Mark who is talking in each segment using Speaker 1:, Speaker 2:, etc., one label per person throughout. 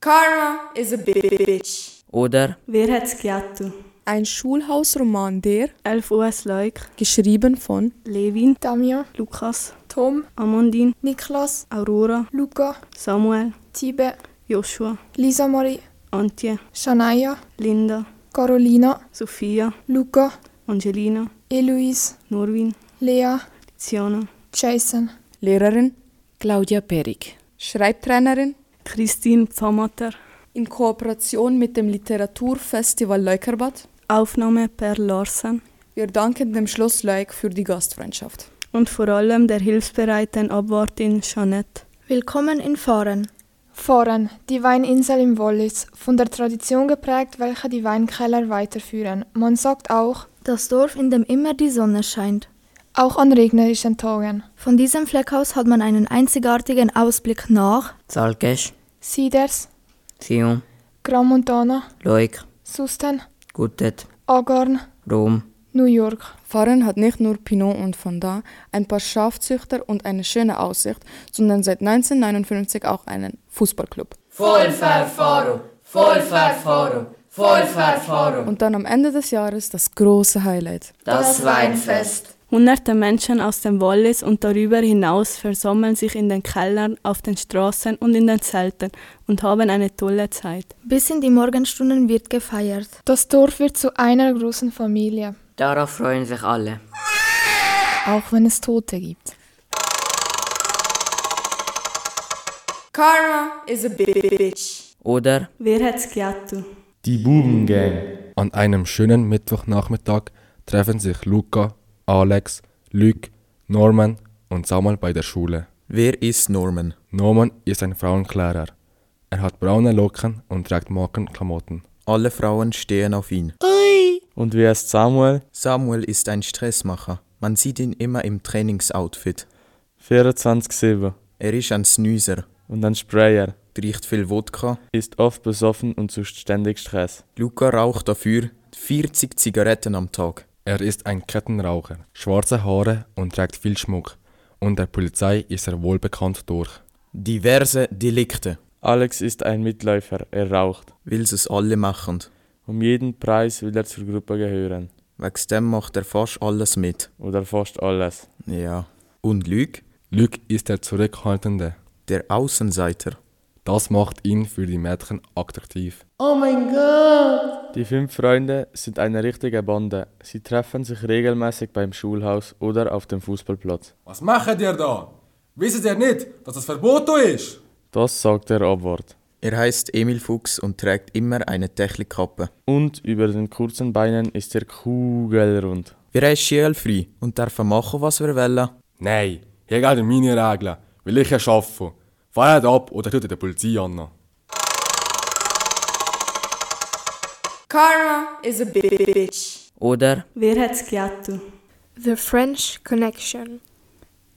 Speaker 1: Karma is a bi- bi- bi- bitch.
Speaker 2: Oder
Speaker 3: Wer hat's geattet?
Speaker 4: Ein Schulhausroman der,
Speaker 3: Elf US-Leute.
Speaker 4: geschrieben von
Speaker 3: Levin,
Speaker 1: Damian,
Speaker 3: Lukas,
Speaker 1: Tom,
Speaker 3: Amandine,
Speaker 1: Niklas,
Speaker 3: Aurora,
Speaker 1: Luca,
Speaker 3: Samuel,
Speaker 1: Tibe,
Speaker 3: Joshua,
Speaker 1: Lisa Marie,
Speaker 3: Antje,
Speaker 1: Shania,
Speaker 3: Linda,
Speaker 1: Carolina,
Speaker 3: Sofia,
Speaker 1: Luca,
Speaker 3: Angelina,
Speaker 1: Eloise,
Speaker 3: Norwin,
Speaker 1: Lea,
Speaker 3: Tiziana,
Speaker 1: Jason,
Speaker 4: Lehrerin,
Speaker 2: Claudia Perik.
Speaker 4: Schreibtrainerin
Speaker 3: Christine Pfammatter.
Speaker 4: in Kooperation mit dem Literaturfestival Leukerbad.
Speaker 3: Aufnahme per Larsen.
Speaker 4: Wir danken dem Schloss Leuk für die Gastfreundschaft.
Speaker 3: Und vor allem der hilfsbereiten Abwartin Jeanette.
Speaker 5: Willkommen in Foren.
Speaker 1: Foren, die Weininsel im Wallis, von der Tradition geprägt, welche die Weinkeller weiterführen. Man sagt auch,
Speaker 5: Das Dorf, in dem immer die Sonne scheint.
Speaker 1: auch an regnerischen Tagen.
Speaker 5: Von diesem Fleck aus hat man einen einzigartigen Ausblick nach
Speaker 2: Zalkes,
Speaker 1: Siders,
Speaker 2: Fium,
Speaker 1: Gramontana,
Speaker 2: Leuk,
Speaker 1: Susten,
Speaker 2: Gutet,
Speaker 1: Agorn,
Speaker 2: Rom.
Speaker 1: New York.
Speaker 4: Fahren hat nicht nur Pinot und Fonda, ein paar Schafzüchter und eine schöne Aussicht, sondern seit 1959 auch einen Fußballclub. Und dann am Ende des Jahres das große Highlight.
Speaker 2: Das Weinfest.
Speaker 3: Hunderte Menschen aus dem Wallis und darüber hinaus versammeln sich in den Kellern, auf den Straßen und in den Zelten und haben eine tolle Zeit.
Speaker 5: bis in die Morgenstunden wird gefeiert.
Speaker 1: Das Dorf wird zu einer großen Familie,
Speaker 2: Darauf freuen sich alle.
Speaker 1: auch wenn es Tote gibt. Karma is a bi- bi- bi- bitch.
Speaker 2: Oder
Speaker 3: Wer hat's geattet?
Speaker 6: Die Bubengang.
Speaker 7: An einem schönen Mittwochnachmittag treffen sich Luca, Alex, Luke, Norman und Samuel bei der Schule.
Speaker 8: Wer ist Norman?
Speaker 7: Norman ist ein Frauenklärer. Er hat braune Locken und trägt Markenklamotten.
Speaker 8: Alle Frauen stehen auf ihn.
Speaker 6: Und wer ist Samuel?
Speaker 8: Samuel ist ein Stressmacher. Man sieht ihn immer im Trainingsoutfit.
Speaker 6: 24-7.
Speaker 8: Er ist ein Snüser,
Speaker 6: Und ein Sprayer.
Speaker 8: trinkt viel Wodka.
Speaker 6: Ist oft besoffen und sucht ständig Stress.
Speaker 8: Luca raucht dafür 40 Zigaretten am Tag.
Speaker 7: Er ist ein Kettenraucher, schwarze Haare und trägt viel Schmuck. Und der Polizei ist er wohlbekannt durch.
Speaker 8: Diverse Delikte.
Speaker 6: Alex ist ein Mitläufer. Er raucht.
Speaker 8: Will es alle machen.
Speaker 6: Um jeden Preis will er zur Gruppe gehören.
Speaker 8: Wegen dem macht er fast alles mit.
Speaker 6: Oder fast alles.
Speaker 8: Ja. Und Luke?
Speaker 7: Luke ist der Zurückhaltende.
Speaker 8: Der Außenseiter.
Speaker 7: Das macht ihn für die Mädchen attraktiv.
Speaker 6: Die fünf Freunde sind eine richtige Bande. Sie treffen sich regelmäßig beim Schulhaus oder auf dem Fußballplatz.
Speaker 9: Was macht ihr da? Wisst ihr nicht, dass das verboten ist?
Speaker 6: Das sagt der Abwart.
Speaker 8: Er heißt Emil Fuchs und trägt immer eine Technikkappe.
Speaker 6: Und über den kurzen Beinen ist er kugelrund.
Speaker 8: Wir sind schulfrei und dürfen machen, was wir wollen.
Speaker 6: Nein.
Speaker 9: Hier gelten meine Regeln, weil ich hier arbeite. Feiert ab oder tut die Polizei an.
Speaker 1: Karma is a bi- bi- bi- bitch.
Speaker 2: Oder
Speaker 3: Wer hat's geattet?
Speaker 10: The French Connection.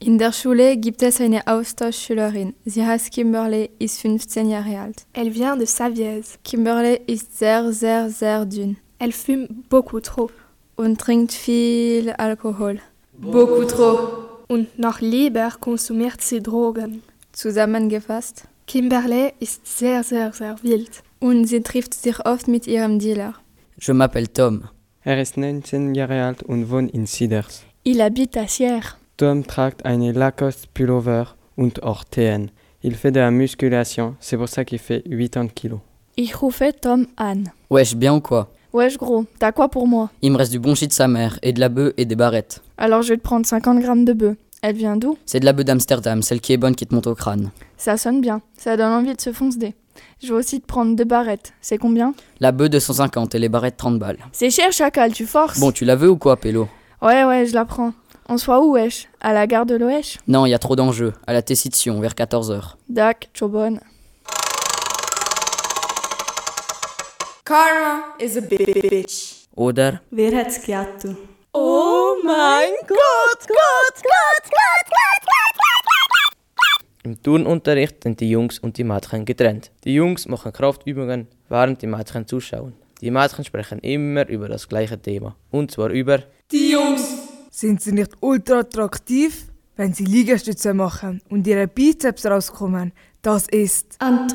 Speaker 10: In der Schule gibt es eine Austauschschülerin. Sie heißt Kimberly, ist 15 Jahre alt. Elle vient de Savièse. Kimberly ist sehr, sehr, sehr dünn. Elle fume beaucoup trop. Und trinkt viel Alkohol. Beaucoup trop. Und noch lieber konsumiert sie Drogen. Zusammengefasst. Kimberly ist sehr, sehr, sehr wild. Und sie trifft sich oft mit ihrem Dealer.
Speaker 2: Je m'appelle Tom.
Speaker 11: Er ist 19 Jahre alt und wohnt in Siders.
Speaker 10: Il habite à Sierre.
Speaker 11: Tom trägt eine Lacoste Pullover und Ortean. Il fait de la musculation, c'est pour ça qu'il fait 80 kilos.
Speaker 10: Ich rufe Tom an.
Speaker 2: Wesh, bien ou quoi
Speaker 10: Wesh gros, t'as quoi pour moi
Speaker 2: Il me reste du bon shit de sa mère, et de la bœuf et des barrettes.
Speaker 10: Alors je vais te prendre 50 grammes de bœuf. Elle vient d'où
Speaker 2: C'est de la bœuf d'Amsterdam, celle qui est bonne qui te monte au crâne.
Speaker 10: Ça sonne bien, ça donne envie de se foncer. Je vais aussi te prendre deux barrettes. C'est combien
Speaker 2: La bœuf 250 et les barrettes 30 balles.
Speaker 10: C'est cher chacal, tu forces
Speaker 2: Bon, tu la veux ou quoi, Pélo
Speaker 10: Ouais ouais, je la prends. On se voit où wesh À la gare de l'Ouèche
Speaker 2: Non, il y a trop d'enjeux. À la Tessition, vers 14h.
Speaker 10: Dac, chobonne.
Speaker 1: Karma is a bi- bi- bi- bitch.
Speaker 2: Oder
Speaker 3: Wer hat's geattet?
Speaker 11: Im Turnunterricht sind die Jungs und die Mädchen getrennt. Die Jungs machen Kraftübungen, während die Mädchen zuschauen. Die Mädchen sprechen immer über das gleiche Thema. Und zwar über
Speaker 4: Sind sie nicht ultra attraktiv, wenn sie Liegestütze machen und ihre Bizeps rauskommen? Das ist
Speaker 10: Un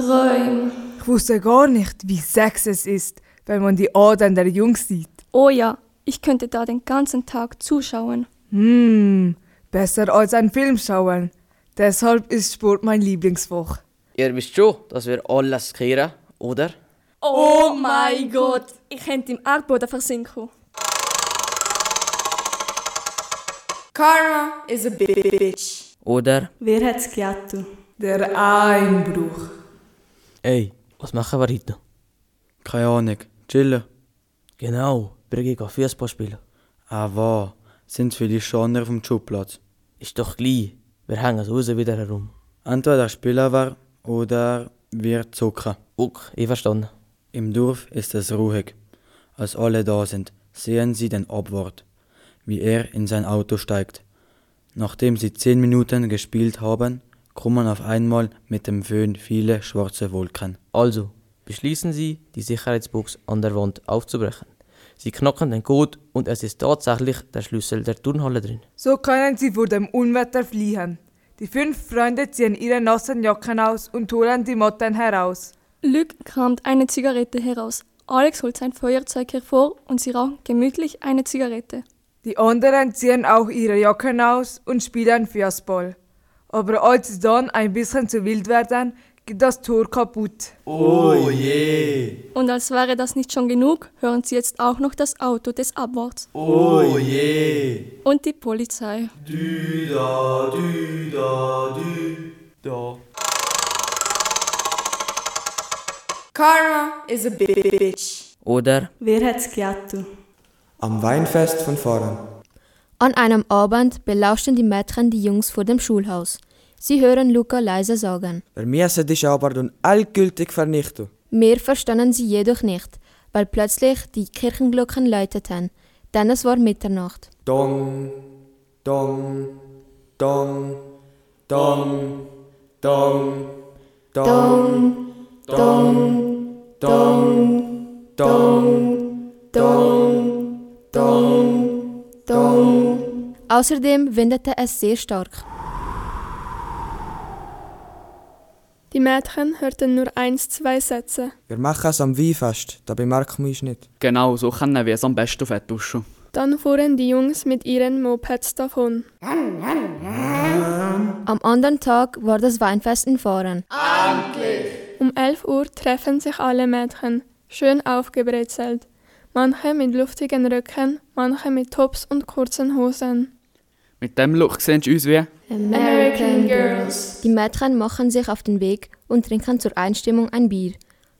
Speaker 12: Ich wusste gar nicht, wie sexy es ist, wenn man die Adern der Jungs sieht.
Speaker 13: Oh ja, ich könnte da den ganzen Tag zuschauen.
Speaker 12: Hm, besser als ein Film schauen. Deshalb ist Sport mein Lieblingsfach.
Speaker 11: Ihr wisst schon, dass wir alles riskieren, oder?
Speaker 14: Oh, mein Gott! Ich könnte im Erdboden versinken.
Speaker 15: Karma is a bitch.
Speaker 11: Oder?
Speaker 3: Wer hat's gejattert?
Speaker 12: Der Einbruch.
Speaker 11: Ey, was machen wir heute?
Speaker 16: Keine Ahnung. Chillen.
Speaker 11: Genau, Brigi geht Fußball spielen.
Speaker 16: Ah, wahr. Sind vielleicht schon andere vom Schubplatz.
Speaker 11: Ist doch gleich. Wir hängen raus wieder herum.
Speaker 16: Entweder spielen wir oder wir zocken.
Speaker 11: Uck, ich verstanden.
Speaker 16: Im Dorf ist es ruhig. Als alle da sind, sehen sie den Obwart, wie er in sein Auto steigt. Nachdem sie zehn Minuten gespielt haben, kommen auf einmal mit dem Föhn viele schwarze Wolken.
Speaker 11: Also, beschließen sie, die Sicherheitsbox an der Wand aufzubrechen. Sie knacken den Code und es ist tatsächlich der Schlüssel der Turnhalle drin.
Speaker 12: So können sie vor dem Unwetter fliehen. Die fünf Freunde ziehen ihre nassen Jacken aus und holen die Motten heraus.
Speaker 13: Luke kramt eine Zigarette heraus. Alex holt sein Feuerzeug hervor und sie rauchen gemütlich eine Zigarette.
Speaker 12: Die anderen ziehen auch ihre Jacken aus und spielen Fußball. Aber als es dann ein bisschen zu wild werden, geht das Tor kaputt.
Speaker 13: Oh je! Und als wäre das nicht schon genug, hören sie jetzt auch noch das Auto des Abwärts.
Speaker 15: Oh je!
Speaker 13: Und die Polizei.
Speaker 15: Dü da, dü da, dü da. Karma is a bitch.
Speaker 11: Oder?
Speaker 3: Wer hat's gejattert?
Speaker 17: Am Weinfest von vorn.
Speaker 18: An einem Abend belauschen die Mädchen die Jungs vor dem Schulhaus. Sie hören Luca leise sagen.
Speaker 17: Wir müssen dich aber dann endgültig vernichten.
Speaker 18: Mehr verstanden sie jedoch nicht, weil plötzlich die Kirchenglocken läuteten. Denn es war Mitternacht.
Speaker 17: Dong, dong, dong, dong, dong, dong, dong, dong, dong, dong, dong, dong, dong.
Speaker 18: Außerdem windete es sehr stark.
Speaker 19: Die Mädchen hörten nur eins, zwei Sätze.
Speaker 17: Wir machen es am Weinfest, dabei merken wir es nicht.
Speaker 20: Genau, so können wir es am besten vertuschen.
Speaker 19: Dann fuhren die Jungs mit ihren Mopeds davon.
Speaker 18: Am anderen Tag war das Weinfest in Fahren.
Speaker 19: Um 11 Uhr treffen sich alle Mädchen, schön aufgebrezelt. Manche mit luftigen Röcken, manche mit Tops und kurzen Hosen.
Speaker 20: Mit dem Look sehen sie uns wie?
Speaker 18: American Girls. Die Mädchen machen sich auf den Weg und trinken zur Einstimmung ein Bier.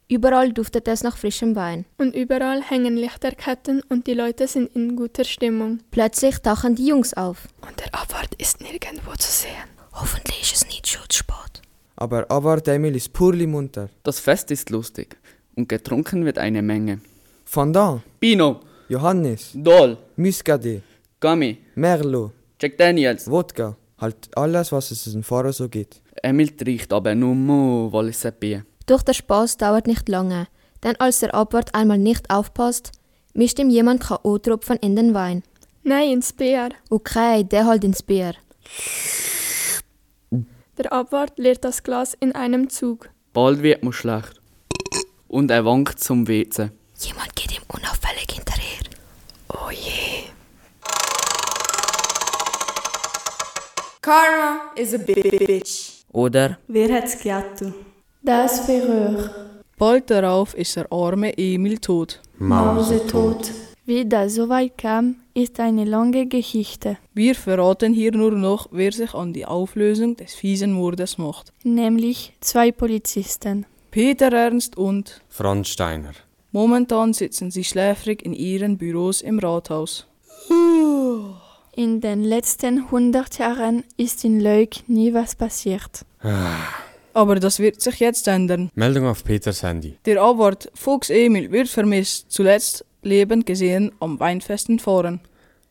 Speaker 18: Überall duftet es nach frischem Wein.
Speaker 19: Und überall hängen Lichterketten und die Leute sind in guter Stimmung.
Speaker 18: Plötzlich tauchen die Jungs auf.
Speaker 21: Und der Abwart ist nirgendwo zu sehen.
Speaker 22: Hoffentlich ist es nicht schon zu spät.
Speaker 17: Aber Abwart Emil ist purli munter.
Speaker 20: Das Fest ist lustig und getrunken wird eine Menge.
Speaker 17: Fandal,
Speaker 20: Pino,
Speaker 17: Johannes,
Speaker 20: Dol,
Speaker 17: Muscadet,
Speaker 20: Gummy,
Speaker 17: Merlot,
Speaker 20: Jack Daniels,
Speaker 17: Wodka. Halt alles, was es in Faro so gibt.
Speaker 20: Emil trinkt aber nur Walliser Bier.
Speaker 18: Doch der Spaß dauert nicht lange, denn als der Abwart einmal nicht aufpasst, mischt ihm jemand K.O.-Tropfen in den Wein.
Speaker 19: Nein, ins Bär.
Speaker 18: Okay, der halt ins Bier.
Speaker 19: Der Abwart leert das Glas in einem Zug.
Speaker 20: Bald wird man schlecht. Und er wankt zum WC.
Speaker 22: Jemand geht ihm unauffällig hinterher.
Speaker 15: Oh je. Karma is a bitch.
Speaker 11: Oder?
Speaker 3: Wer hat's gejattert?
Speaker 23: Das Verhör.
Speaker 24: Bald darauf ist der arme Emil tot.
Speaker 23: Mausetot. Wie das so weit kam, ist eine lange Geschichte,
Speaker 24: Wir verraten hier nur noch, wer sich an die Auflösung des fiesen Mordes macht.
Speaker 23: nämlich zwei Polizisten.
Speaker 24: Peter Ernst und
Speaker 9: Franz Steiner.
Speaker 24: momentan sitzen sie schläfrig in ihren Büros im Rathaus.
Speaker 23: In den letzten 100 Jahren ist in Leuk nie was passiert.
Speaker 24: Aber das wird sich jetzt ändern.
Speaker 9: Meldung auf Peters Handy.
Speaker 24: Der Abwart Fuchs Emil wird vermisst, zuletzt lebend gesehen am Weinfest in Fahren.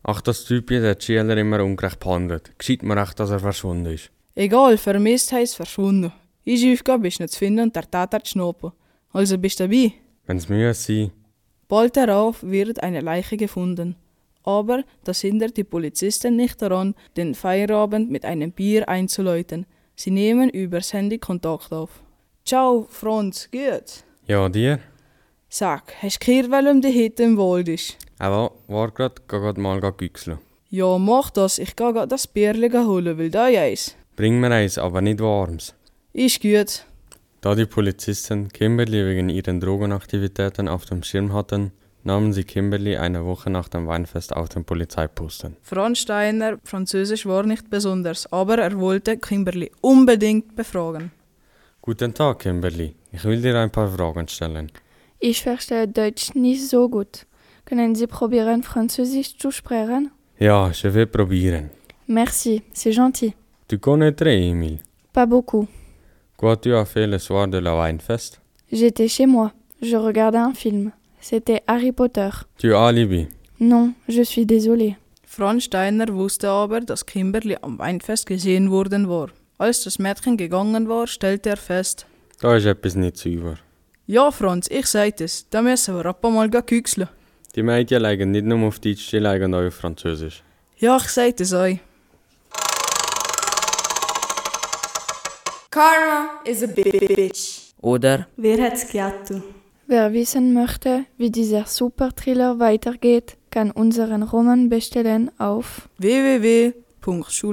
Speaker 9: Ach, das Typ hat die Schüler immer ungerecht behandelt. Geschieht mir echt, dass er verschwunden ist.
Speaker 24: Egal, vermisst heißt verschwunden. Unsere Aufgabe ist ihn zu finden und der Täter zu schnappen. Also bist du dabei?
Speaker 9: Wenn's mühe sein.
Speaker 24: Bald darauf wird eine Leiche gefunden. Aber das hindert die Polizisten nicht daran, den Feierabend mit einem Bier einzuläuten. Sie nehmen übers Handy Kontakt auf. Ciao, Franz, gut.
Speaker 5: Ja, dir?
Speaker 24: Sag, hast du gehört, weil um die Hütte im Wald ist?
Speaker 5: Aber war grad, geh grad mal güchseln.
Speaker 24: Ja, mach das. Ich geh grad das Bärlige holen, weil da ja ist.
Speaker 5: Bring mir eins, aber nicht warmes.
Speaker 24: Ist gut.
Speaker 5: Da die Polizisten Kimberly wegen ihren Drogenaktivitäten auf dem Schirm hatten, nahmen sie Kimberly eine Woche nach dem Weinfest auf den Polizeiposten.
Speaker 24: Franz Steiner, Französisch war nicht besonders, aber er wollte Kimberly unbedingt befragen.
Speaker 5: Guten Tag, Kimberly. Ich will dir ein paar Fragen stellen.
Speaker 23: Ich verstehe Deutsch nicht so gut. Können Sie probieren, Französisch zu sprechen?
Speaker 5: Ja, ich will probieren.
Speaker 23: Merci, c'est gentil.
Speaker 5: Tu connaîtrais Emil.
Speaker 23: Pas beaucoup.
Speaker 5: Quoi tu as fait le soir de la Weinfest?
Speaker 23: J'étais chez moi. Je regardais un film. C'était Harry Potter.
Speaker 5: Tu as Alibi.
Speaker 23: Non, je suis désolée.
Speaker 24: Franz Steiner wusste aber, dass Kimberly am Weinfest gesehen worden war. Als das Mädchen gegangen war, stellte er fest:
Speaker 5: Da ist etwas nicht sauber.
Speaker 24: Ja, Franz, ich sag es, da müssen wir ab und mal küchseln.
Speaker 5: Die Mädchen legen nicht nur auf Deutsch, sie legen auch auf Französisch.
Speaker 24: Ja, ich sag es euch.
Speaker 6: Karma is a bitch.
Speaker 2: Oder?
Speaker 23: Wer hat's geattu? Wer wissen möchte, wie dieser Super-Thriller weitergeht, kann unseren Roman bestellen auf
Speaker 24: www.schulhausroman.ch